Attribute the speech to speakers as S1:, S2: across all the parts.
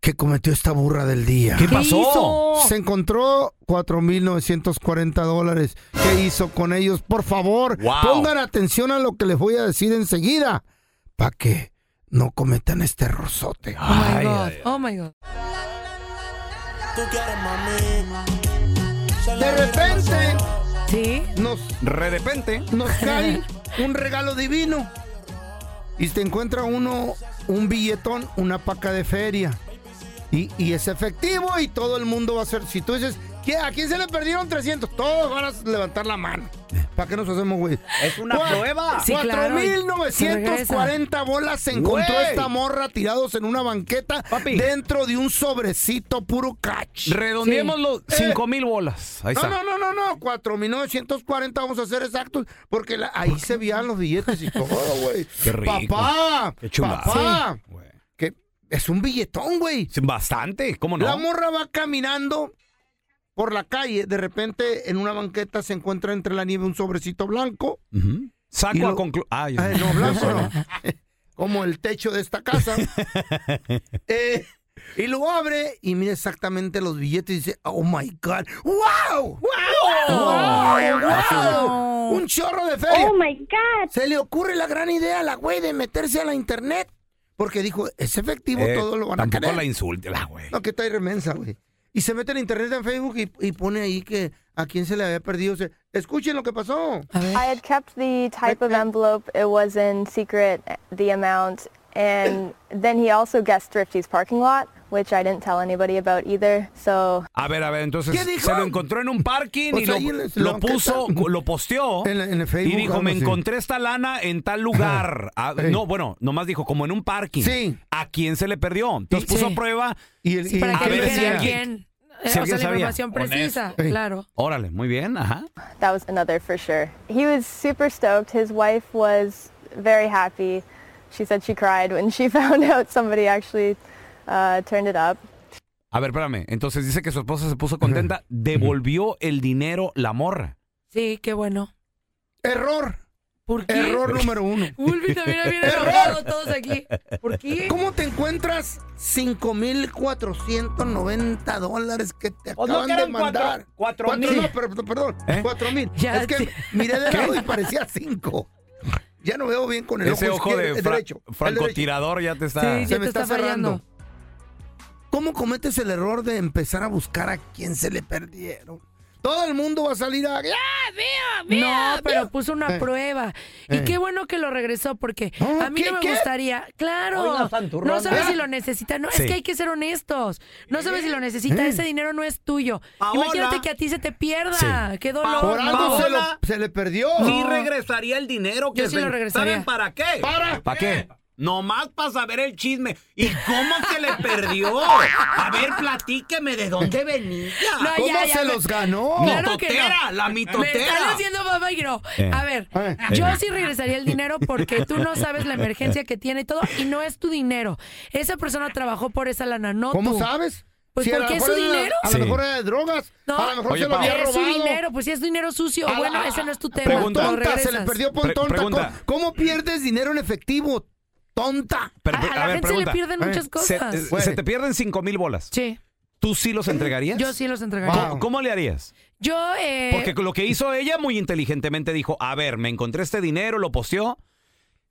S1: que cometió esta burra del día.
S2: ¿Qué pasó? hizo?
S1: Se encontró 4.940 dólares. ¿Qué hizo con ellos? Por favor,
S2: Wow.
S1: pongan atención a lo que les voy a decir enseguida. Para que no cometan este errorzote.
S3: Oh my
S2: Ay,
S3: God.
S2: ay,
S3: Oh my God.
S1: De repente
S3: Sí.
S1: nos,
S2: De repente.
S1: nos cae un regalo divino. Y te encuentra uno un billetón, una paca de feria. Y, y es efectivo y todo el mundo va a hacer. Si tú dices, "¿Qui- ¿a quién se le perdieron 300? Todos van a levantar la mano. ¿Para qué nos hacemos, güey?
S2: Es una
S1: Cua-
S2: prueba.
S3: Sí, claro.
S1: 4.940 bolas se encontró
S2: Güey.
S1: esta morra tirados en una banqueta
S2: Papi.
S1: dentro de un sobrecito puro catch.
S2: Redondeemos los
S1: Eh.
S2: 5 mil bolas. Ahí
S1: No,
S2: está.
S1: no, no, no, no, 4.940 vamos a ser exactos, porque la- ahí se veían los billetes y todo, güey.
S2: Qué rico.
S1: Papá,
S2: Qué chulada.
S1: papá,
S2: Güey.
S1: que es un billetón, güey.
S2: Sí, Bastante, ¿cómo no?
S1: La morra va caminando por la calle, de repente en una banqueta se encuentra entre la nieve un sobrecito blanco.
S2: Ujú.
S1: Y
S2: Saco
S1: lo-
S2: a conclu... Ah, yo-
S1: Ay, no, blanco no. Como el techo de esta casa. Eh, y lo abre y mira exactamente los billetes y dice, oh my God, wow, wow, wow,
S3: Wow.
S1: un chorro de feria.
S4: Oh my God.
S1: Se le ocurre la gran idea a la güey de meterse a la internet. Porque dijo, es efectivo,
S2: Eh,
S1: todo lo van a
S2: Tampoco
S1: querer.
S2: la insulte, la güey.
S1: No, que está remensa, güey. Y se mete en internet, en Facebook y, y pone ahí que a quién se le había perdido. Se- Escuchen lo que pasó.
S3: A ver.
S5: I had kept the type of envelope. It was in secret, the amount. And then he also guessed Thrifty's parking lot, which I didn't tell anybody about either. So
S2: A ver, a ver, entonces
S1: ¿Qué dijo?
S2: se lo encontró en un parking
S1: O
S2: y
S1: sea,
S2: lo,
S1: ahí en el-
S2: lo
S1: la
S2: puso,
S1: banqueta.
S2: lo posteó
S1: En la- en el
S2: y
S1: Facebook,
S2: dijo,
S1: algo
S2: me
S1: así".
S2: encontré esta lana en tal lugar. Ah,
S1: Ey.
S2: no, bueno, nomás dijo, como en un parking.
S1: Sí.
S2: ¿A quién se le perdió? Entonces
S3: Sí.
S2: puso a
S3: Sí.
S2: prueba.
S1: Y el,
S3: Sí,
S1: y-
S3: para
S2: a
S3: que
S2: ver
S3: dijera
S2: si alguien-
S3: quién.
S2: si
S3: Eh, o sea,
S2: alguien
S3: la
S2: sabía.
S3: información precisa.
S1: Honesto. Sí.
S3: Claro.
S2: Órale, muy bien, ajá.
S5: that was another for sure. He was super stoked. His wife was very happy. She said she cried when she found out somebody actually uh, turned it up.
S2: A ver, espérame. Entonces dice que su esposa se puso contenta, devolvió el dinero la morra.
S3: Sí, qué bueno.
S1: error,
S3: ¿Por qué?
S1: error número uno.
S3: Ulvi también había
S1: Error.
S3: enojado todos aquí. ¿Por qué?
S1: ¿Cómo te encuentras 5,490 dólares que te
S2: Pues no,
S1: acaban
S2: que
S1: de
S2: eran cuatro-
S1: mandar?
S2: cuatro
S1: Cuatro,
S2: mil.
S1: no, pero- pero- perdón,
S2: ¿Eh?
S1: 4,000.
S3: Ya
S1: Es que
S3: sé.
S1: miré de lado y parecía 5. Ya no veo bien con el
S2: Ese
S1: ojo,
S2: ojo
S1: izquierdo,
S2: de
S1: el
S2: fra-
S1: derecho. el derecho.
S2: francotirador ya te está...
S3: Sí,
S1: Se
S3: ya
S1: me
S3: te
S1: está
S3: está
S1: cerrando.
S3: fallando.
S1: ¿Cómo cometes el error de empezar a buscar a quién se le perdieron? Todo el mundo va a salir a...
S3: No, pero puso una
S1: Eh.
S3: prueba.
S1: Eh.
S3: Y qué bueno que lo regresó porque
S1: No,
S3: a mí
S1: ¿qué,
S3: no me
S1: qué?
S3: gustaría.
S2: Hoy
S3: Claro.
S2: no santurrón.
S3: No sabes
S1: Ah.
S3: si lo necesita. No,
S2: Sí.
S3: es que hay que ser honestos. No sabes si lo necesita.
S1: Eh.
S3: Ese dinero no es tuyo.
S2: Paola.
S3: Imagínate que a ti se te pierda.
S2: Sí.
S3: Qué dolor.
S1: Por algo se, lo-
S2: Paola.
S1: se le perdió.
S2: Sí regresaría el dinero que
S3: Yo sí lo
S2: se-
S3: regresaría.
S2: ¿Saben para qué?
S1: ¿Para
S2: ¿Para qué? Nomás para saber el chisme. ¿Y cómo se le perdió? A ver, platíqueme de dónde venía.
S3: No,
S1: ¿Cómo
S3: ya, ya,
S1: se
S3: me-
S1: los ganó?
S3: Claro que
S2: Mitotera,
S3: no.
S2: la
S3: Me están
S2: mitotera.
S3: haciendo mamá y no.
S2: Eh.
S3: A ver,
S1: Eh.
S3: yo sí regresaría el dinero porque tú no sabes la emergencia que tiene y todo, y no es tu dinero. Esa persona trabajó por esa lana, no
S1: ¿Cómo
S3: tú.
S1: sabes?
S3: Pues,
S1: a lo
S3: porque es
S1: mejor
S3: su
S1: era-
S3: dinero.
S1: A
S2: Sí.
S1: lo mejor era de drogas.
S3: No.
S1: a lo mejor
S2: Oye,
S1: se lo
S2: Pau.
S1: había
S3: Es su
S1: robado.
S3: dinero, pues si es dinero sucio.
S1: A la-
S3: bueno,
S1: a-
S3: ese no es tu tema.
S1: Por
S2: Pregunta.
S3: tú lo
S1: tonta, se le
S3: regresas.
S1: perdió por
S2: Pre-
S1: tonta.
S2: pregunta.
S1: ¿Cómo- ¿Cómo pierdes dinero en efectivo? Tonta.
S2: Pero,
S3: a,
S2: pero,
S3: a la gente
S2: pregunta.
S3: se le pierden
S1: Eh,
S3: muchas cosas.
S2: Se,
S1: Güey.
S2: se te pierden cinco mil bolas.
S3: sí,
S2: ¿Tú sí los entregarías?
S3: yo sí los entregaría.
S1: Wow.
S2: ¿Cómo, cómo le harías?
S3: Yo, eh,
S2: Porque lo que hizo ella muy inteligentemente dijo, a ver, me encontré este dinero, lo posteó.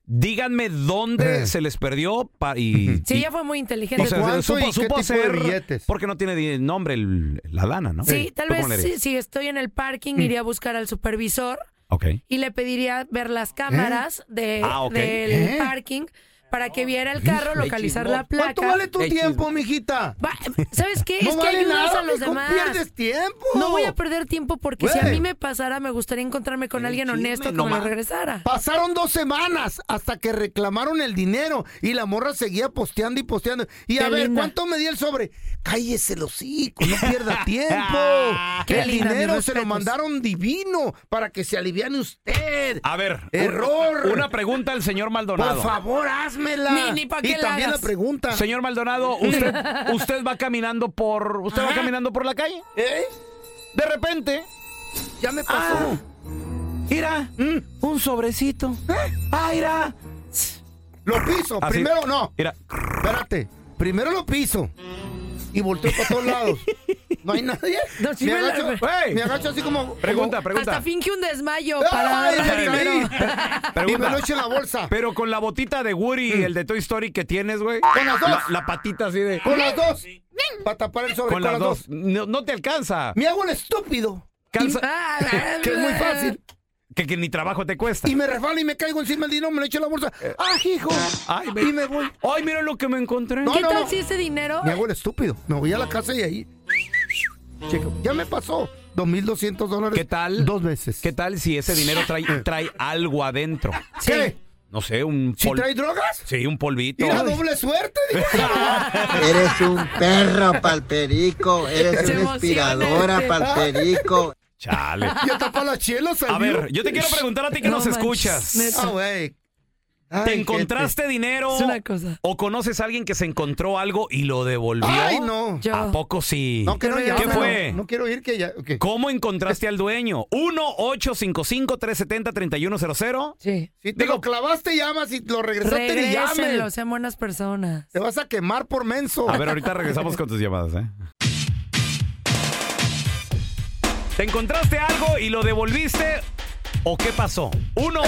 S2: Díganme dónde
S1: Eh.
S2: se les perdió pa- y,
S3: sí,
S2: y-
S3: ella fue muy inteligente.
S2: o sea,
S1: ¿Cuánto y
S2: supo,
S1: qué
S2: supo
S1: tipo de
S2: hacer
S1: billetes?
S2: porque no tiene di- nombre el- la lana, ¿no?
S3: sí, tal
S2: ¿Tú cómo le
S3: vez si,
S2: harías?
S3: si estoy en el parking
S1: Mm.
S3: iría a buscar al supervisor
S2: Ok.
S3: y le pediría ver las cámaras de,
S2: Ah, ok.
S3: del
S1: ¿Eh?
S3: parking para que viera el carro,
S6: Híjole,
S3: localizar
S6: chismoso.
S3: la placa. Eh,
S1: ¿Cuánto vale tu
S6: Ey,
S1: tiempo, mijita?
S3: Va- ¿Sabes qué?
S1: No
S3: es que
S1: vale
S3: ayudas
S1: nada,
S3: a los
S1: mijo,
S3: demás.
S1: pierdes tiempo.
S3: No voy a perder tiempo porque si a
S1: Güey. Eh,
S3: mí me pasara, me gustaría encontrarme con alguien
S6: chisme
S3: honesto que me
S6: nomás.
S3: lo regresara.
S1: Pasaron dos semanas hasta que reclamaron el dinero y la morra seguía posteando y posteando. Y a
S3: Qué
S1: ver,
S3: linda.
S1: ¿cuánto me di el sobre? Cállese el hocico, no pierda tiempo.
S3: Ah, Qué
S1: el
S3: linda, mis
S1: dinero se lo
S3: respetos.
S1: mandaron divino para que se aliviane usted.
S3: Ah,
S2: A ver.
S1: Error.
S2: un- Una pregunta al señor Maldonado.
S1: Eh, Por favor, házmela.
S3: Ni- ni pa'
S1: y
S3: qué la
S1: también
S3: hagas.
S1: la pregunta.
S2: Señor Maldonado, usted, usted va caminando por. Usted va caminando por la calle.
S1: ¿Eh? ah,
S2: De repente.
S1: Ya me pasó.
S2: Mira, un sobrecito. Ah, mira.
S1: Lo piso.
S3: Ah,
S2: Así.
S1: ¿Eh? Primero no.
S2: Mira.
S1: Espérate. Primero lo piso. Y volteo para todos lados. No hay nadie.
S3: No, sí
S1: me,
S3: me la-
S1: agacho,
S2: Güey.
S1: me agacho así como.
S2: Pregunta,
S1: como-
S2: pregunta.
S3: Hasta finge un desmayo
S1: ¡Ay,
S3: para
S1: me
S3: ahorrar dinero.
S1: caí! Y me
S2: Pregunta.
S1: lo echo en la bolsa.
S2: Pero con la botita de Woody, el de Toy Story que tienes, güey.
S1: Mm. Con las dos.
S2: La, la patita así de.
S1: Con las dos. Para tapar el sobre.
S2: Con las dos. No, no te alcanza.
S1: Me hago el estúpido.
S2: Calza-
S3: Ah,
S1: Que es muy fácil.
S2: que, que ni trabajo te cuesta.
S1: Y me refalo y me caigo encima del dinero, me lo echo en la bolsa.
S2: Eh.
S1: ¡Ah, hijo!
S2: Ay, me-
S1: Y me voy.
S2: Ay, mira lo que me encontré.
S1: No,
S3: ¿Qué
S1: no,
S3: tal
S1: no.
S3: si ese dinero?
S1: Me hago el estúpido. Me voy a la casa y ahí. Chico, ya me pasó. 2.200 dólares.
S2: ¿Qué tal?
S1: pues, Dos veces.
S2: ¿Qué tal si ese dinero trae, trae algo adentro?
S1: ¿Qué?
S2: No sé, un
S1: ¿Si
S2: pol-
S1: trae drogas?
S2: Sí, un polvito.
S1: Mira, doble suerte. dije.
S7: Eres un perro, palperico. Eres una
S3: Se emociona
S7: inspiradora,
S3: este.
S7: palperico.
S2: Chale.
S1: Ya tapó las chelas.
S2: A ver, yo te quiero preguntar a ti que
S3: No
S2: nos
S3: manches,
S2: escuchas.
S3: neta.
S1: Ah, güey.
S2: ¿Te
S1: Ay,
S2: encontraste dinero?
S3: Es una cosa.
S2: ¿O conoces a alguien que se encontró algo y lo devolvió?
S1: gente. Ay, no.
S3: Yo.
S2: ¿A poco sí?
S1: No, que no,
S3: ¿Qué
S1: ya, no,
S2: fue?
S1: No, quiero ir que ya. ok.
S2: ¿Cómo encontraste al dueño? 1-855-370-3100.
S3: Sí.
S1: Si te
S2: Digo-
S1: lo clavaste, llamas. Si lo regresaste, ni
S3: Regrésenlo,
S1: llames.
S3: sean buenas personas.
S1: Te vas a quemar por menso.
S2: A ver, ahorita regresamos con tus llamadas, ¿eh? ¿Te encontraste algo y lo devolviste? ¿O qué pasó? 1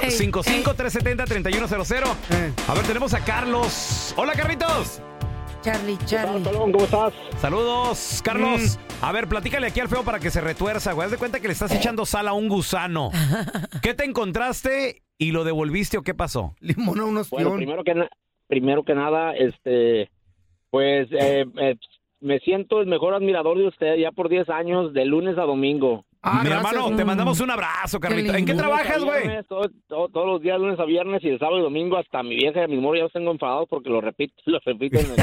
S2: 370 3100
S1: Eh.
S2: A ver, tenemos a Carlos. Hola, Carlitos.
S3: Charlie,
S8: Ah,
S3: Charlie.
S2: Saludos, Carlos. A ver, platícale aquí al feo para que se retuerza, güey. Haz de cuenta que le estás echando sal a un gusano. ¿Qué te encontraste y lo devolviste o qué pasó?
S1: Limón a un ostión.
S8: Bueno, primero que na- primero que nada, este, pues eh, eh, me siento el mejor admirador de usted ya por 10 años, de lunes a domingo.
S1: Ah,
S2: Mi
S1: gracias.
S2: hermano, te mandamos un abrazo, Carlito. ¿En qué
S3: lindo.
S2: trabajas,
S8: Lunes a
S2: güey?
S8: viernes, todo- todo- todos los días, lunes a viernes y el sábado y domingo, hasta mi vieja y a mi morro ya los tengo enfadados porque lo repito, lo repito. en el-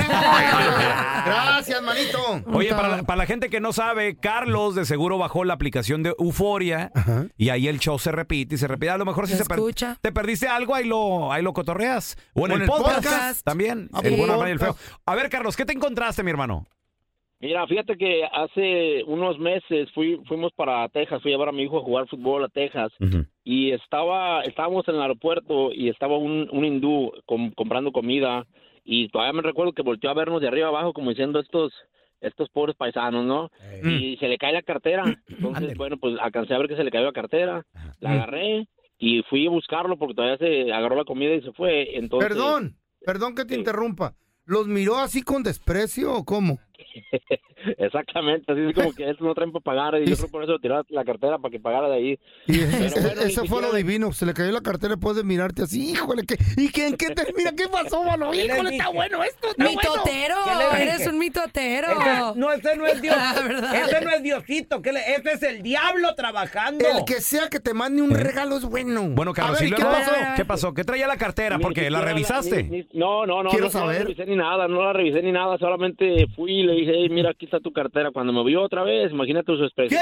S1: Gracias, manito.
S2: Oye,
S3: Puta.
S2: para la, para la gente que no sabe, Carlos de seguro bajó la aplicación de Euforia
S1: Ajá.
S2: y ahí el show se repite y se repite. A lo mejor si
S3: Se
S2: se per-
S3: escucha.
S2: te perdiste algo, ahí lo, ahí lo cotorreas. O en,
S1: O
S2: el, podcast,
S3: podcast.
S2: también.
S1: Ah,
S2: El
S3: sí.
S2: bueno, el malo y el feo.
S1: podcast.
S2: A ver, Carlos, ¿qué te encontraste, mi hermano?
S8: Mira, fíjate que hace unos meses fui, fuimos para Texas, fui a llevar a mi hijo a jugar fútbol a Texas y estaba estábamos en el aeropuerto y estaba un, un hindú com- comprando comida y todavía me recuerdo que volteó a vernos de arriba abajo como diciendo estos estos pobres paisanos, ¿no? Y se le cae la cartera. Entonces,
S2: Ándale.
S8: bueno, pues alcancé a ver que se le cayó la cartera, la agarré y fui a buscarlo porque todavía se agarró la comida y se fue. Entonces,
S1: Perdón, perdón que te
S8: Sí.
S1: interrumpa. ¿Los miró así con desprecio o cómo?
S8: Exactamente, así es como que estos no traen para pagar y yo creo por eso le tiró la cartera para que pagara de ahí.
S1: Y
S8: Pero
S1: ese-
S8: bueno, ni
S1: eso fue lo
S8: siquiera-
S1: divino. Se le cayó la cartera después de mirarte así. Híjole, ¿qué, ¿y qué, en qué termina? ¿Qué pasó, mano? Híjole, está bueno esto. Está bueno.
S3: Mitotero,
S6: ¿Qué le dije?
S3: eres un mitotero.
S6: No, ese no es Dios.
S3: Ah, ¿verdad?
S6: Ese no es Diosito. ¿qué le- Ese es el diablo trabajando.
S1: El que sea que te mande un regalo es bueno.
S2: Bueno, Carlos,
S1: a ver,
S2: ¿y
S1: ¿y ¿qué
S2: luego?
S1: pasó?
S3: ver, a ver.
S2: ¿Qué pasó? ¿Qué traía la cartera?
S8: Ni
S2: Porque la
S8: siquiera
S2: revisaste.
S8: ni- ni- no, no, no.
S1: Quiero
S8: no, No
S1: saber.
S8: la revisé ni nada, no la revisé ni nada. Solamente fui y le dije, "Ey, mira, aquí está tu cartera. Cuando me vio otra vez, imagínate su expresión.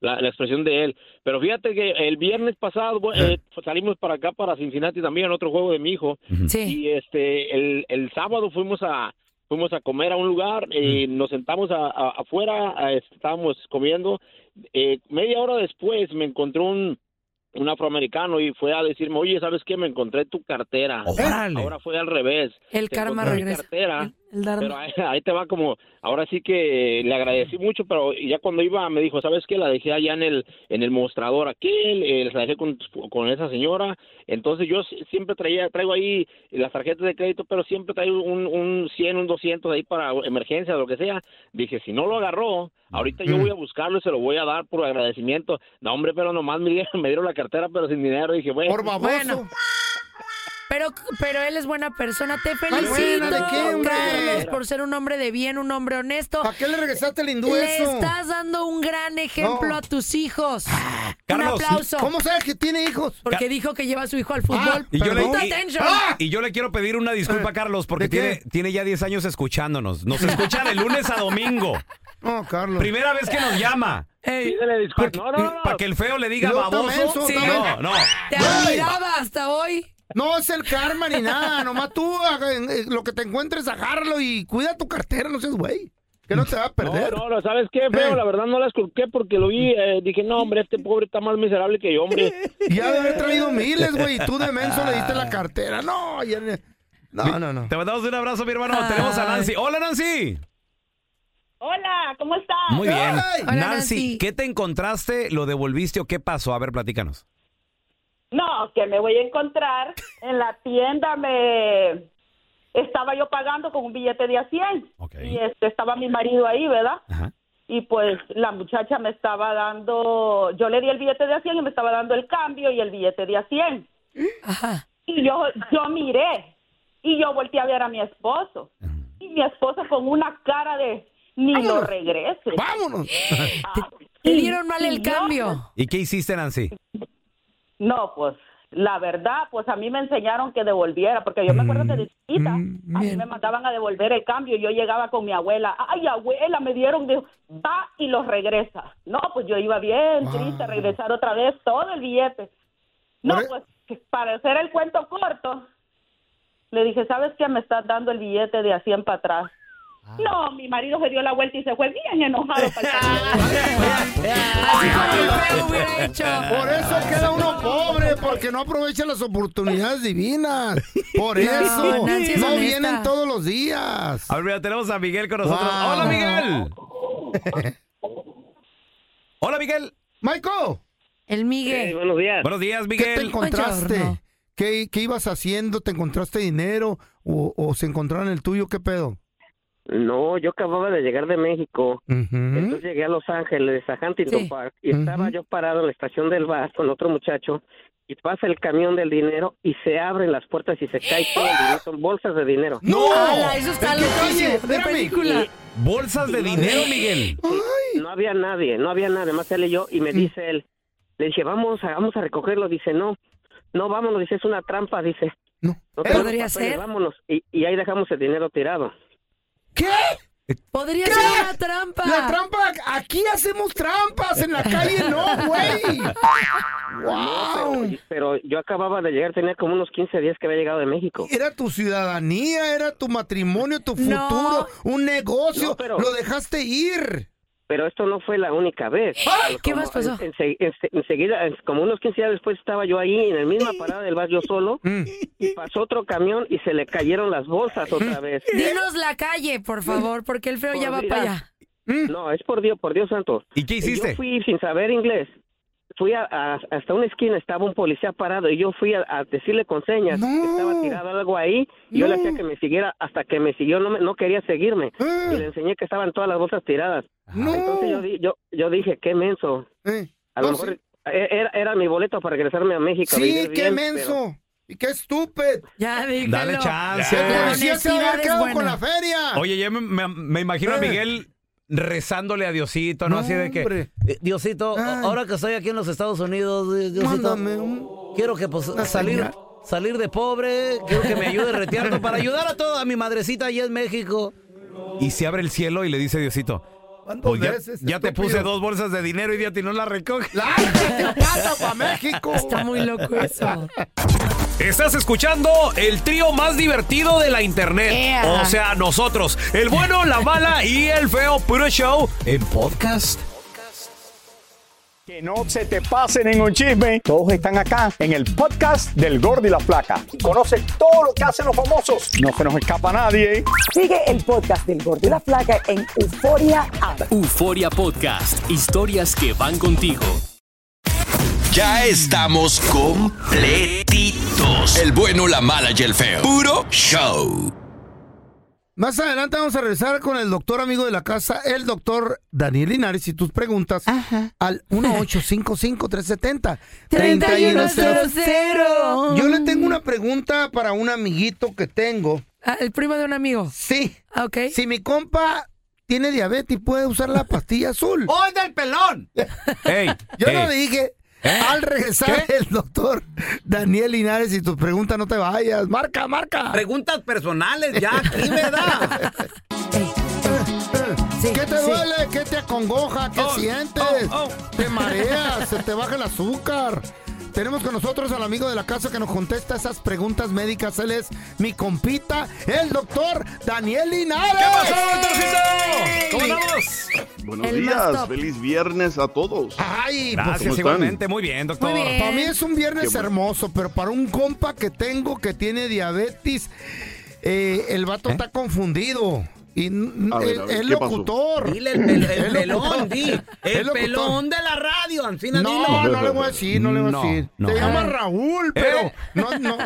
S8: La, la expresión de él. Pero fíjate que el viernes pasado bu- eh, salimos para acá, para Cincinnati también, otro juego de mi hijo.
S3: Sí.
S8: Y este, el, el sábado fuimos a fuimos a comer a un lugar y nos sentamos a- a- afuera, a- estábamos comiendo. Eh, media hora después me encontró un, un afroamericano y fue a decirme, oye, ¿sabes qué? Me encontré tu cartera.
S2: Órale.
S8: Ahora fue al revés.
S3: El
S8: Te
S3: karma
S8: encontré mi
S3: regresa.
S8: cartera,
S3: El- el dharma.
S8: pero ahí, ahí te va como, ahora sí que eh, le agradecí mucho, pero ya cuando iba me dijo, ¿sabes qué? La dejé allá en el, en el mostrador aquel, eh, la dejé con, con esa señora. Entonces yo si- siempre traía, traigo ahí las tarjetas de crédito, pero siempre traigo un, un 100, un 200 ahí para emergencia, lo que sea. Dije, si no lo agarró, ahorita yo voy a buscarlo y se lo voy a dar por pues, agradecimiento. No, hombre, pero nomás me dieron, me dieron la cartera, pero sin dinero. Dije, bueno,
S1: Por baboso.
S3: Bueno. Pero, pero él es buena persona. Te
S1: buena,
S3: felicito,
S1: ¿de qué, hombre?
S3: Carlos, por ser un hombre de bien, un hombre honesto.
S1: ¿Para qué le regresaste el hindú
S3: Le
S1: eso?
S3: estás dando un gran ejemplo
S1: No. Ah,
S3: a tus hijos.
S2: Carlos,
S3: un aplauso.
S1: ¿Cómo sabes que tiene hijos?
S3: Porque dijo que lleva a su hijo al
S1: Ah,
S3: fútbol.
S2: Y yo, le,
S3: Puta
S2: y-
S3: atención.
S2: ¡Ah! Y yo le quiero pedir una disculpa a Carlos porque
S1: Eh, ¿de qué?
S2: tiene, tiene ya 10 años escuchándonos. Nos escucha de lunes a domingo.
S1: No, Carlos.
S2: Primera vez que nos llama.
S3: Ey,
S9: Pídele disculpas. No, no, no.
S2: Para que el feo le diga
S1: Yo
S2: baboso.
S1: también, eso,
S3: Sí.
S2: No,
S1: también.
S2: no.
S3: te
S1: Güey.
S3: admiraba hasta hoy.
S1: No es el karma ni nada, nomás tú haga- en- en lo que te encuentres, agarrarlo y cuida tu cartera, no seas güey, que no te va a perder.
S9: No, no, no, ¿sabes qué, feo?
S1: Eh.
S9: La verdad no las culqué porque lo vi. eh, dije, no, hombre, este pobre está más miserable que yo, hombre.
S1: Y Ya de haber traído miles, güey, y tú de menso le diste la cartera. No, ya ni- no, no, Ah. no.
S2: Te mandamos un abrazo, mi hermano. Tenemos a Nancy. Hola, Nancy.
S10: Hola, ¿cómo estás?
S2: Muy bien.
S1: Ay.
S3: Hola, Nancy.
S2: ¿qué te encontraste? ¿Lo devolviste o qué pasó? A ver, platícanos.
S10: No, que me voy a encontrar en la tienda. Me estaba yo pagando con un billete de a 100
S2: Ok.
S10: y este, estaba mi marido ahí, ¿verdad?
S2: Ajá.
S10: Y pues la muchacha me estaba dando, yo le di el billete de a 100 y me estaba dando el cambio y el billete de a 100.
S3: Ajá.
S10: Y yo, yo miré y yo volteé a ver a mi esposo. Y mi esposo con una cara de ni lo
S1: Vámonos.
S10: regrese.
S1: Vámonos.
S3: Te dieron mal el
S10: Y yo-
S3: cambio.
S2: ¿Y qué hiciste, Nancy?
S10: No, pues la verdad, pues a mí me enseñaron que devolviera, porque yo me acuerdo que de chiquita a mí me mandaban a devolver el cambio y yo llegaba con mi abuela. Ay, abuela, me dieron, dijo, va y los regresa. No, pues yo iba bien, triste, a regresar otra vez todo el billete. No,
S1: Ahora-
S10: pues para hacer el cuento corto, le dije, ¿sabes qué? Me estás dando el billete de a 100 para atrás. No, mi marido se dio la vuelta y se fue bien enojado. pa'l carajo.
S3: Pues, Así como el feo hubiera hecho.
S1: Ah. Por eso queda uno pobre, porque no aprovecha las oportunidades divinas. Por eso.
S3: Nancy es
S1: No
S3: honesta.
S1: vienen todos los días.
S2: A ver, mira, tenemos a Miguel con nosotros.
S1: Wow.
S2: Hola, Miguel. Hola, Miguel.
S1: Michael,
S3: El
S9: Eh,
S3: Miguel.
S9: buenos días.
S2: Buenos días,
S1: ¿qué te
S2: Miguel.
S1: encontraste?
S3: Buongiorno.
S1: ¿Qué, qué ibas haciendo? ¿Te encontraste dinero? ¿O, o se encontraron el tuyo? ¿Qué pedo?
S9: No, yo acababa de llegar de México.
S1: Ujú.
S9: Entonces llegué a Los Ángeles, a Huntington
S3: Sí.
S9: Park, y estaba
S1: ¿Mm? Ujú.
S9: yo parado en la estación del bus con otro muchacho, y pasa el camión del dinero y se abren las puertas y se cae todo el dinero. Son bolsas de dinero.
S1: ¡No!
S3: Ala, eso está
S1: ¿En qué calle?
S3: loquísimo. De
S1: Espérame.
S3: película.
S2: Bolsas de dinero, Miguel.
S9: No había nadie, no había nadie, más él y yo, y me dice él, le dije, vamos a, vamos a recogerlo, dice, no, no, vámonos, dice, es una trampa, dice.
S1: No.
S9: "No
S1: ¿Eh?
S9: tenemos
S3: ¿Podría
S9: papeles,
S3: ser?
S9: Vámonos, y, y ahí dejamos el dinero tirado.
S1: ¿Qué?
S3: Podría
S1: ¿Qué?
S3: ser una trampa.
S1: La trampa, aquí hacemos trampas, en la calle no, güey. ¡Wow!
S9: Pero yo acababa de llegar, tenía como unos 15 días que había llegado de México.
S1: Era tu ciudadanía, era tu matrimonio, tu futuro,
S3: No.
S1: un negocio,
S9: No, pero-
S1: lo dejaste ir.
S9: Pero esto no fue la única vez.
S3: ¿Qué
S9: Como
S3: más pasó?
S9: en- ense- ense- Enseguida, en- como unos 15 días después estaba yo ahí en la misma
S3: Mm.
S9: parada del barrio solo
S1: Mm.
S9: y pasó otro camión y se le cayeron las bolsas
S3: Mm.
S9: otra vez.
S3: Dinos la calle, por favor, porque el feo ya va para allá. Mm.
S9: No, es por Dios, por Dios santo.
S2: ¿Y qué
S9: Yo
S2: hiciste?
S9: fui sin saber inglés. Fui a- a- hasta una esquina, estaba un policía parado y yo fui a, a decirle con señas
S1: No.
S9: que estaba tirado algo ahí. y Yo le hacía que me siguiera hasta que me siguió, no, me- no quería seguirme.
S1: Eh.
S9: Y le enseñé que estaban todas las bolsas tiradas.
S1: No.
S9: Entonces yo, di- yo, yo dije, qué menso.
S1: Eh,
S9: A lo
S1: no,
S9: mejor
S1: sí,
S9: e- era, era mi boleto para regresarme a México. a
S1: sí,
S9: vivir
S1: qué
S9: bien, pero-
S1: menso. Y qué estúpido.
S2: Ah.
S3: Ya, dígalo.
S2: Dale chance.
S1: El
S3: La
S1: policía se va a
S3: honestidad
S1: haber
S3: es
S1: quedado
S3: buena.
S1: con la feria.
S2: Oye, ya me, me- me imagino a Miguel rezándole a Diosito, ¿no?
S1: Eh. No,
S2: Así de que.
S1: hombre.
S2: "Eh, Diosito,
S1: Ay.
S2: ahora que estoy aquí en los Estados Unidos, eh, Diosito,
S1: Mándame un...
S2: quiero que pues,
S1: una
S2: salir,
S1: señal.
S2: salir de pobre, quiero que me ayude reteando para ayudar a toda mi madrecita allá en México. Y se abre el cielo y le dice Diosito.
S1: ¿Cuántas
S2: Pues ya,
S1: veces,
S2: ya te
S1: estúpido?
S2: puse dos bolsas de dinero y ti no las recoges.
S1: ¡Lárgate, pata pa' México!
S3: Está muy loco eso.
S2: Estás escuchando el trío más divertido de la internet.
S3: Ea.
S2: O sea, nosotros, el bueno, la mala y el feo puro show en podcast.
S11: Que no se te pasen en un chisme. Todos están acá en el podcast del Gordi y la Flaca. Y conoce todo lo que hacen los famosos. No se nos escapa nadie.
S12: Sigue el podcast del Gordo y la Flaca en Euforia App.
S13: Euforia Podcast, historias que van contigo. Ya estamos completitos. El bueno, la mala y el feo. Puro show.
S1: Más adelante vamos a regresar con el doctor amigo de la casa, el doctor Daniel Linares, y tus preguntas al 1855-370-3100. Yo le
S6: Um.
S1: tengo una pregunta para un amiguito que tengo.
S3: ¿El primo de un amigo?
S1: Sí.
S3: Ok.
S1: Si mi compa tiene diabetes, puede usar la pastilla azul.
S6: ¡Oh, es del pelón!
S1: Yo no
S6: ey.
S1: dije.
S6: ¿Eh?
S1: Al regresar
S6: ¿Qué?
S1: el doctor Daniel Linares y tus preguntas, no te vayas. Marca, marca.
S6: Preguntas personales ya aquí, ¿verdad?
S1: ¿Qué te
S6: sí.
S1: duele? ¿Qué te acongoja? ¿Qué sientes? ¿Te mareas? ¿Se te baja el azúcar? Tenemos con nosotros al amigo de la casa que nos contesta esas preguntas médicas. Él es mi compita, el doctor Daniel Linares. ¿Qué pasó, doctorcito?
S2: ¿Cómo estamos?
S14: Buenos
S1: El más
S14: días,
S1: top.
S14: feliz viernes a todos.
S1: Ay,
S2: Gracias,
S14: ¿Cómo están?
S2: igualmente. Muy bien, doctor.
S1: Para mí es un
S14: Qué
S1: viernes
S14: bueno.
S1: hermoso, pero para un compa que tengo que tiene diabetes, eh, el vato está confundido. Y n-
S6: A ver,
S1: el,
S6: a ver,
S1: el
S6: ¿qué pasó?
S1: locutor.
S6: Dile el, pel- el pelón,
S1: locutor.
S6: di. El,
S1: El locutor.
S6: pelón de la radio, Ancina,
S1: No, no le voy a decir, no le voy a decir. Se llama Raúl, pero no, no.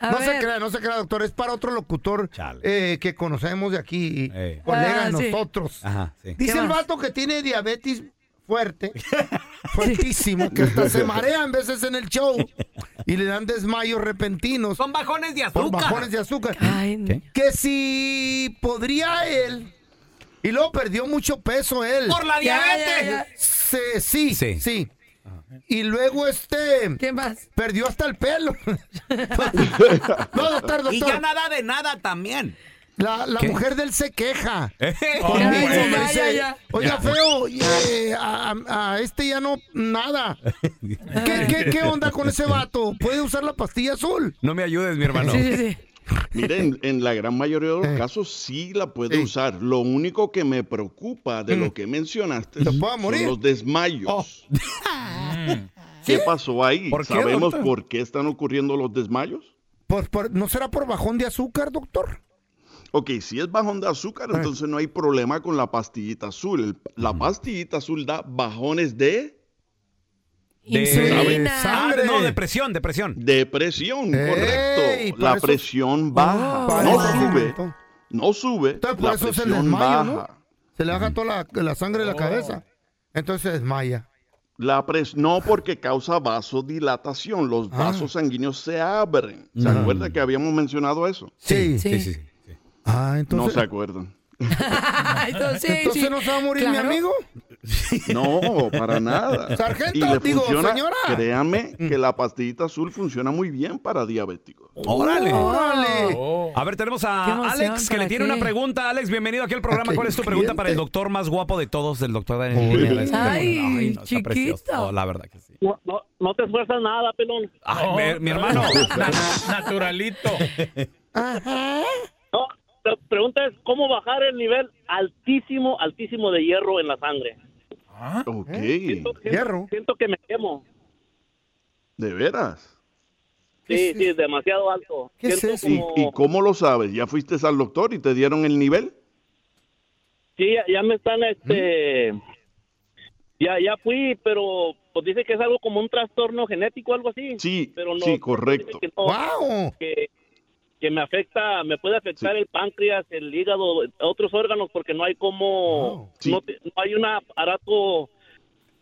S1: No se crea, no se crea, doctor. Es para otro locutor eh, que conocemos de aquí, y colega
S6: Ah,
S1: de
S6: sí.
S1: nosotros.
S2: Ajá, sí.
S1: Dice el vato que tiene diabetes fuerte, fuertísimo, que hasta se marean veces en el show y le dan desmayos repentinos. Son
S6: bajones de
S1: Por
S6: azúcar.
S1: bajones de azúcar.
S2: ¿Qué?
S1: Que si podría él, y luego perdió mucho peso él.
S6: Por la Ya, diabetes. ya, ya.
S1: Se- sí, sí. Y luego este... ¿Qué
S3: más?
S1: Perdió hasta el pelo. no, doctor, doctor.
S6: Y ya nada de nada también.
S1: La, la
S6: ¿Qué?
S1: mujer de él se queja.
S2: ¿Eh?
S6: Oh,
S1: Conmigo,
S6: bueno.
S1: me
S6: Ya,
S1: dice,
S6: ya, ya. Ya.
S1: Oiga, feo, eh, a, a- a este ya no, nada. ¿Qué, qué, qué onda con ese vato? ¿Puede usar la pastilla azul?
S2: No me ayudes, mi hermano.
S14: Miren, en la gran mayoría de los casos sí la puede usar. Lo único que me preocupa de lo que mencionaste son los desmayos. ¿Qué pasó ahí?
S1: ¿Por qué,
S14: ¿Sabemos
S1: doctor?
S14: por qué están ocurriendo los desmayos?
S1: Por- por- ¿No será por bajón de azúcar, doctor?
S14: Ok, si es bajón de
S11: Eh.
S14: azúcar, entonces no hay problema con la pastillita azul. El- la
S11: Mm.
S14: pastillita azul da bajones de...
S2: De
S14: ¿Sabe?
S2: sangre. Ah, no, depresión, depresión.
S14: Depresión,
S2: Ey,
S14: correcto.
S2: por
S14: La
S2: eso-
S14: presión baja.
S2: Ah,
S14: no
S2: por eso
S14: sube. No sube.
S1: Entonces, por
S14: la
S1: eso es
S14: presión
S1: el desmayo,
S14: baja.
S1: ¿no? Se le baja toda la, la sangre de la cabeza. Entonces desmaya.
S14: La pres no porque causa vasodilatación. Los vasos sanguíneos se abren. ¿Se acuerda que habíamos mencionado eso?
S1: Sí, sí,
S14: sí.
S1: Ah, entonces.
S14: No se acuerdan.
S3: Entonces,
S1: Entonces no se va a morir mi amigo.
S14: No, para nada.
S1: Sargento,
S14: Y le
S1: digo,
S14: funciona,
S1: señora.
S14: Créame que la pastillita azul funciona muy bien para diabéticos.
S2: Órale.
S1: Órale.
S2: A ver, tenemos
S14: Qué
S2: a
S14: emoción,
S2: Alex que
S14: ¿para
S2: le tiene
S14: qué?
S2: una pregunta. Alex, bienvenido aquí al programa. ¿Cuál es tu pregunta para el doctor más guapo de todos, el doctor Daniel?
S15: Muy
S2: Linares?
S15: bien. Ay,
S2: no, está precioso.
S15: chiquito.
S2: Oh, la verdad que sí.
S15: No, no, no te esfuerzas nada, pelón.
S2: Ay, mi, mi hermano.
S15: Naturalito. No, la pregunta es cómo bajar el nivel altísimo, altísimo de hierro en la sangre.
S14: Ok.
S15: Ah, Hierro. Siento que me quemo.
S14: ¿De veras?
S15: Sí, sí, es demasiado alto. Siento
S14: ¿Y,
S15: como-
S14: y cómo lo sabes? ¿Ya fuiste al doctor y te dieron el nivel? ¿Mm?
S15: Sí, ya, ya me están, este, ya, ya fui, pero pues dice que es algo como un trastorno genético, algo así.
S14: Sí,
S15: pero no,
S14: sí, correcto.
S15: dice que no, Que, que me afecta, me puede afectar el páncreas, el hígado, otros órganos, porque no hay como,
S14: Sí.
S15: no, te- no hay un aparato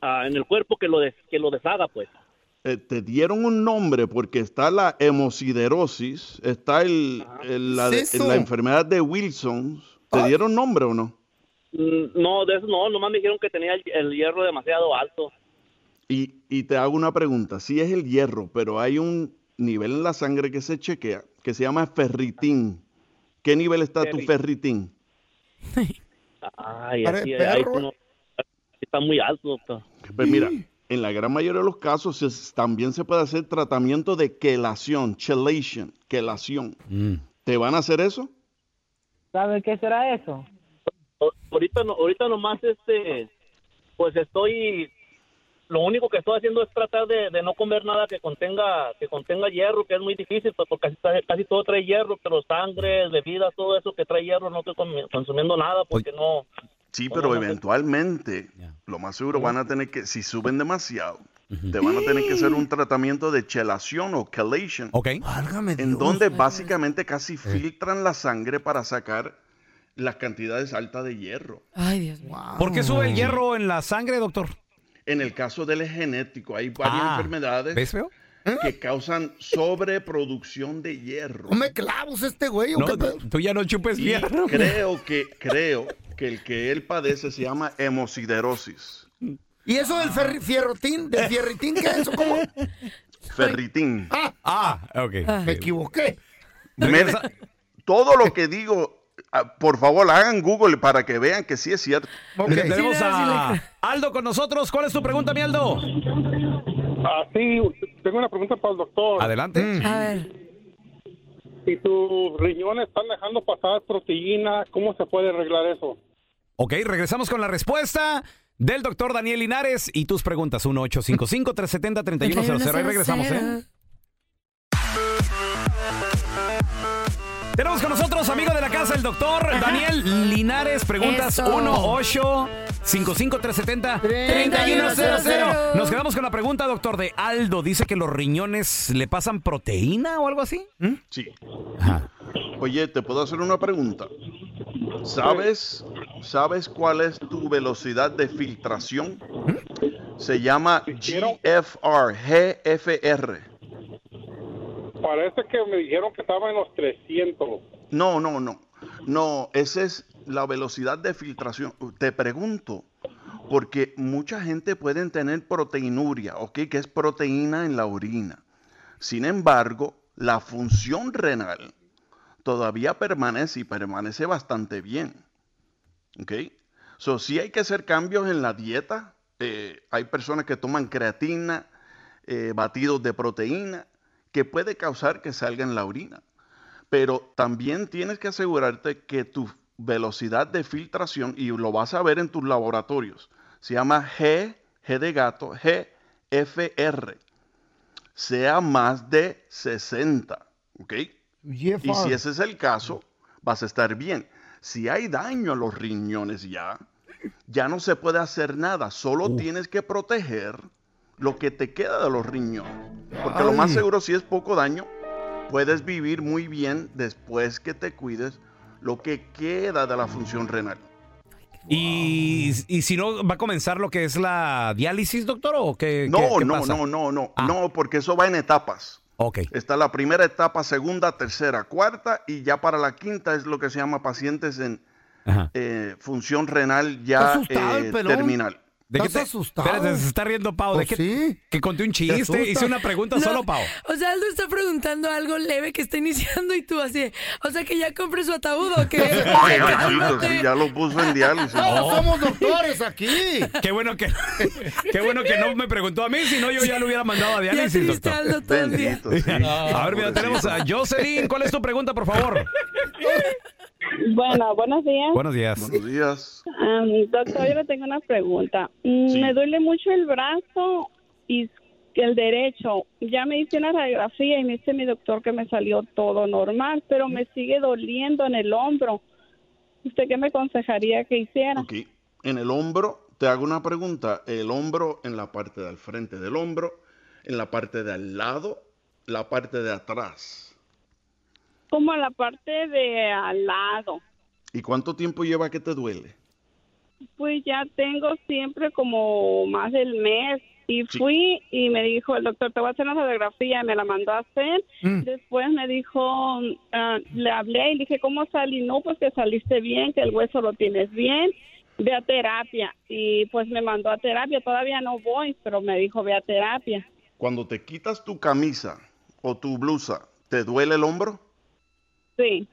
S15: ah, en el cuerpo que lo des- que lo deshaga, pues.
S14: Eh, te dieron un nombre porque está la hemosiderosis, está el, el- la,
S15: ¿Qué es eso?
S14: la enfermedad de Wilson. ¿Te dieron nombre o no?
S15: Mm, No, de eso no, nomás me dijeron que tenía el, el hierro demasiado alto.
S14: Y, y te hago una pregunta. Sí es el hierro, pero hay un nivel en la sangre que se chequea que se llama ferritín. ¿Qué nivel está tu
S15: Ferri-
S14: ferritín?
S15: Ay,
S14: Pare-
S15: así, ahí
S14: perro.
S15: sí no- está muy alto, doctor.
S14: Pues mira, en la gran mayoría de los casos es- también se puede hacer tratamiento de quelación, chelation, quelación. ¿Te van a hacer eso?
S16: ¿Sabe qué será eso?
S15: ahorita no, ahorita nomás este pues estoy lo único que estoy haciendo es tratar de, de no comer nada que contenga que contenga hierro que es muy difícil pues, porque casi, está- casi todo trae hierro pero sangre bebidas todo eso que trae hierro no estoy comi- consumiendo nada porque no
S14: Sí, pero eventualmente, lo más seguro van a tener que, si suben demasiado, te van a tener que hacer un tratamiento de chelación o chelation.
S2: Ok.
S14: En donde básicamente casi filtran la sangre para sacar las cantidades altas de hierro.
S3: Ay, Dios mío.
S2: ¿Por qué sube el hierro en la sangre, doctor?
S14: En el caso del genético, hay varias
S2: Ah,
S14: enfermedades
S2: ¿ves, feo?
S14: que causan sobreproducción de hierro.
S1: No me clavos este güey. ¿o
S14: No,
S1: qué pedo?
S2: Tú ya no chupes
S14: Y
S2: hierro.
S14: creo que, creo que el que él padece se llama hemosiderosis.
S1: ¿Y eso del ferri- fierrotín? ¿Del fierritín qué es eso? ¿Cómo?
S14: Ferritín.
S2: Ah, ok.
S1: Me equivoqué.
S14: Me- todo lo que digo, ah, por favor, hagan Google para que vean que sí es cierto.
S2: Mira, Tenemos a Aldo con nosotros. ¿Cuál es tu pregunta, mi Aldo?
S17: Ah, sí, tengo una pregunta para el doctor.
S2: Adelante.
S3: A ver.
S17: Si tus riñones están dejando pasar proteína, ¿cómo se puede arreglar eso?
S2: Ok, regresamos con la respuesta del doctor Daniel Linares y tus preguntas. 1-855-370-3100. Ahí regresamos, ¿eh? Tenemos con nosotros, amigo de la casa, el doctor Daniel Linares. Preguntas
S18: Eso.
S2: 1-855-370-3100. Nos quedamos con la pregunta, doctor, de Aldo. Dice que los riñones le pasan proteína o algo así.
S14: Sí. Oye, ¿te puedo hacer una pregunta? ¿Sabes, ¿Sabes cuál es tu velocidad de filtración? Se llama GFR, GFR.
S17: Parece que me dijeron que estaba en los 300.
S14: No, no, no. No, esa es la velocidad de filtración. Te pregunto, porque mucha gente puede tener proteinuria, ¿ok? Que es proteína en la orina. Sin embargo, la función renal todavía permanece y permanece bastante bien. ¿Ok? So, sí hay que hacer cambios en la dieta. Eh, hay personas que toman creatina, eh, batidos de proteína, que puede causar que salga en la orina pero también tienes que asegurarte que tu velocidad de filtración, y lo vas a ver en tus laboratorios, se llama G, G de gato, GFR, sea más de 60, ¿ok? Y si ese es el caso, vas a estar bien. Si hay daño a los riñones ya, ya no se puede hacer nada, solo tienes que proteger lo que te queda de los riñones. Porque lo más
S19: Ay.
S14: seguro, si es poco daño, puedes vivir muy bien después que te cuides lo que queda de la función renal.
S2: Y, y si no, ¿va a comenzar lo que es la diálisis, doctor? ¿O qué,
S14: No,
S2: qué- qué
S14: no,
S2: pasa? Ah.
S14: no, no, no, no, porque eso va en etapas.
S2: Ok.
S14: Está la primera etapa, segunda, tercera, cuarta, y ya para la quinta es lo que se llama pacientes en eh, función renal ya
S2: asustado el
S14: eh,
S2: pelón.
S14: terminal.
S2: ¿De qué te- Espérate, se está riendo Pau. ¿De
S14: Pues
S2: qué- Que conté un
S14: asusta.
S2: chiste, hice una pregunta
S3: No,
S2: solo, Pau.
S3: O sea, Aldo está preguntando algo leve que está iniciando y tú así. de, O sea, que ya compré su ataúd o qué.
S14: Pobrecito, sí, ya lo puso en diálisis.
S2: Oh.
S1: Somos doctores aquí.
S2: Qué bueno que qué bueno que no me preguntó a mí, si no yo ya lo hubiera mandado a
S1: Ya
S2: diálisis,
S1: tuviste
S2: doctor.
S1: Aldo todo el día.
S14: Bendito, sí.
S2: A ver, mira, tenemos a Jocelyn. ¿Cuál es tu pregunta, por favor?
S20: Bueno, buenos días.
S2: Buenos días.
S14: Buenos días.
S20: Am, doctor, yo le tengo una pregunta. Mm,
S14: Sí.
S20: Me duele mucho el brazo y el derecho. Ya me hice una radiografía y me dice mi doctor que me salió todo normal, pero me sigue doliendo en el hombro. ¿Usted qué me aconsejaría que hiciera?
S14: Ok. En el hombro, te hago una pregunta. El hombro en la parte del frente del hombro, en la parte de al lado, la parte de atrás.
S20: Como a la parte de al lado.
S14: ¿Y cuánto tiempo lleva que te duele?
S20: Pues ya tengo siempre como más del mes. Y fui y me dijo, el doctor, te voy a hacer una radiografía. Y Me la mandó a hacer.
S21: Mm.
S20: Después me dijo, ah, le hablé y dije, ¿cómo salí? No, pues que saliste bien, que el hueso lo tienes bien. Ve a terapia. Y pues me mandó a terapia. Todavía no voy, pero me dijo, ve a terapia.
S14: Cuando te quitas tu camisa o tu blusa, ¿te duele el hombro?
S20: Sí,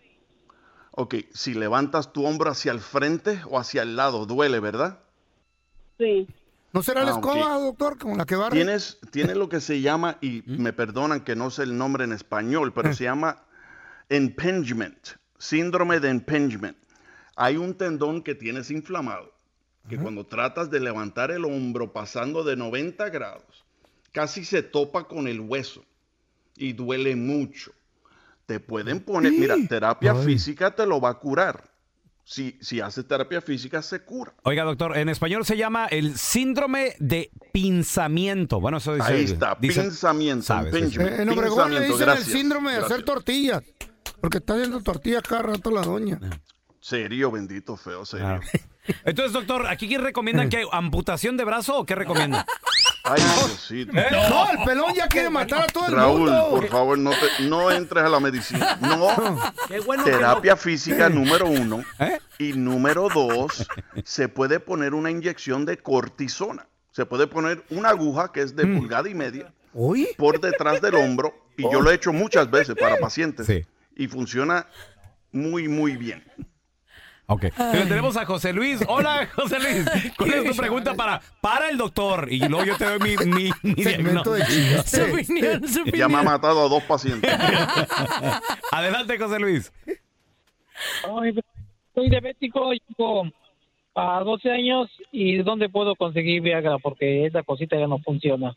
S14: Ok, si levantas tu hombro hacia el frente o hacia el lado, duele, ¿verdad?
S20: sí.
S1: ¿No será la
S14: Ah, ok.
S1: escoba, doctor, con la que barre? Eh,
S14: Tienes, tienes lo que se llama, y me perdonan que no sé el nombre en español, pero se llama impingement, síndrome de impingement. Hay un tendón que tienes inflamado, que cuando tratas de levantar el hombro pasando de 90 grados, casi se topa con el hueso y duele mucho. Te pueden poner, mira, terapia física te lo va a curar. Si, si haces terapia física, se cura.
S2: Oiga, doctor, en español se llama el síndrome de pinzamiento. Bueno, eso dice.
S14: Ahí está, pinzamiento,
S2: sabes,
S14: un
S2: sí, sí.
S14: pinch-
S1: En Obregón le
S14: Pensamiento,
S1: dicen el
S14: gracias,
S1: síndrome de
S14: gracias.
S1: hacer tortillas. Porque está haciendo tortillas cada rato la doña.
S14: Serio, bendito, feo, serio.
S2: Entonces, doctor, ¿aquí qué recomiendan que hay amputación de brazo o qué recomiendan?
S14: Ay, Diosito.
S2: É,
S1: No, el pelón ya quiere matar a todo el
S14: Raúl,
S1: mundo.
S14: por favor, no, te- no entres a la medicina. No.
S1: que
S14: Terapia física número uno. Y número dos, se puede poner una inyección de cortisona. Se puede poner una aguja que es de pulgada y media por detrás del hombro. Y yo lo he hecho muchas veces para pacientes. Y funciona muy, muy bien.
S2: Ok. Pero tenemos a José Luis. Hola, José Luis. ¿Cuál es tu pregunta para, para el doctor? Y luego yo te doy mi, mi, mi
S14: Segmento de
S2: diagnóstico.
S14: chistes. Su opinión, su Ya me ha opinión. matado a dos pacientes.
S2: Adelante, José Luis.
S16: Ay, Soy diabético, llevo a 12 años y ¿dónde puedo conseguir Viagra? Porque esa cosita ya no funciona.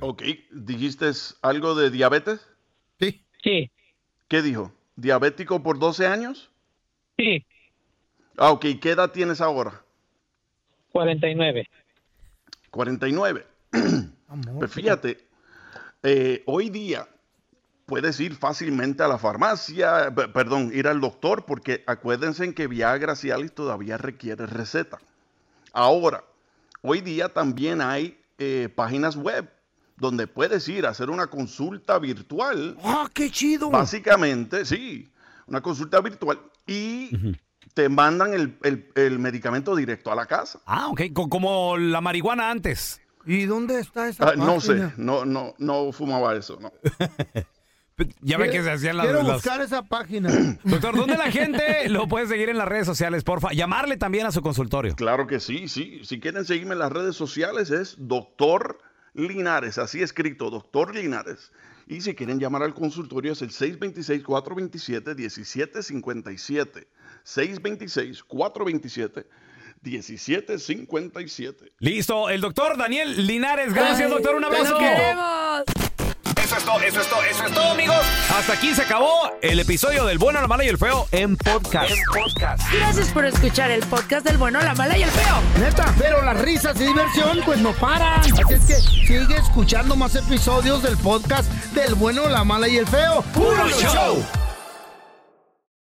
S14: Ok, ¿dijiste algo de diabetes?
S1: Sí.
S16: Sí.
S14: ¿Qué dijo? ¿Diabético por 12 años?
S16: Sí.
S14: Ah, ok, ¿qué edad tienes ahora?
S16: 49.
S14: 49. Pues fíjate, eh, hoy día puedes ir fácilmente a la farmacia, pe- perdón, ir al doctor, porque acuérdense en que Viagra Cialis todavía requiere receta. Ahora, hoy día también hay eh, páginas web donde puedes ir a hacer una consulta virtual.
S1: ¡Ah, qué chido!
S14: Básicamente, sí, una consulta virtual y te mandan el, el- el medicamento directo a la casa.
S2: Ah, ok. co- Como la marihuana antes.
S1: ¿Y dónde está esa
S14: Ah, no sé,
S1: página?
S14: no, no, no fumaba eso, no.
S2: Ya ve que se hacían las,
S1: Quiero
S2: las-
S1: buscar esa página.
S2: Doctor, ¿dónde la gente lo puede seguir en las redes sociales, porfa? Llamarle también a su consultorio.
S14: Claro que sí, sí. Si quieren seguirme en las redes sociales es Doctor Linares, así escrito, Doctor Linares. Y si quieren llamar al consultorio es el 626-427-1757. 626-427-1757.
S2: Listo, el doctor Daniel Linares. Gracias, doctor. Un abrazo. Eso es todo, eso es todo, eso es todo, amigos. Hasta aquí se acabó el episodio del bueno, la mala y el feo en podcast.
S3: Gracias por escuchar el podcast del bueno, la mala y el feo.
S1: Neta, pero las risas y diversión pues no paran. Así es que sigue escuchando más episodios del podcast del bueno, la mala y el feo. ¡Puro show!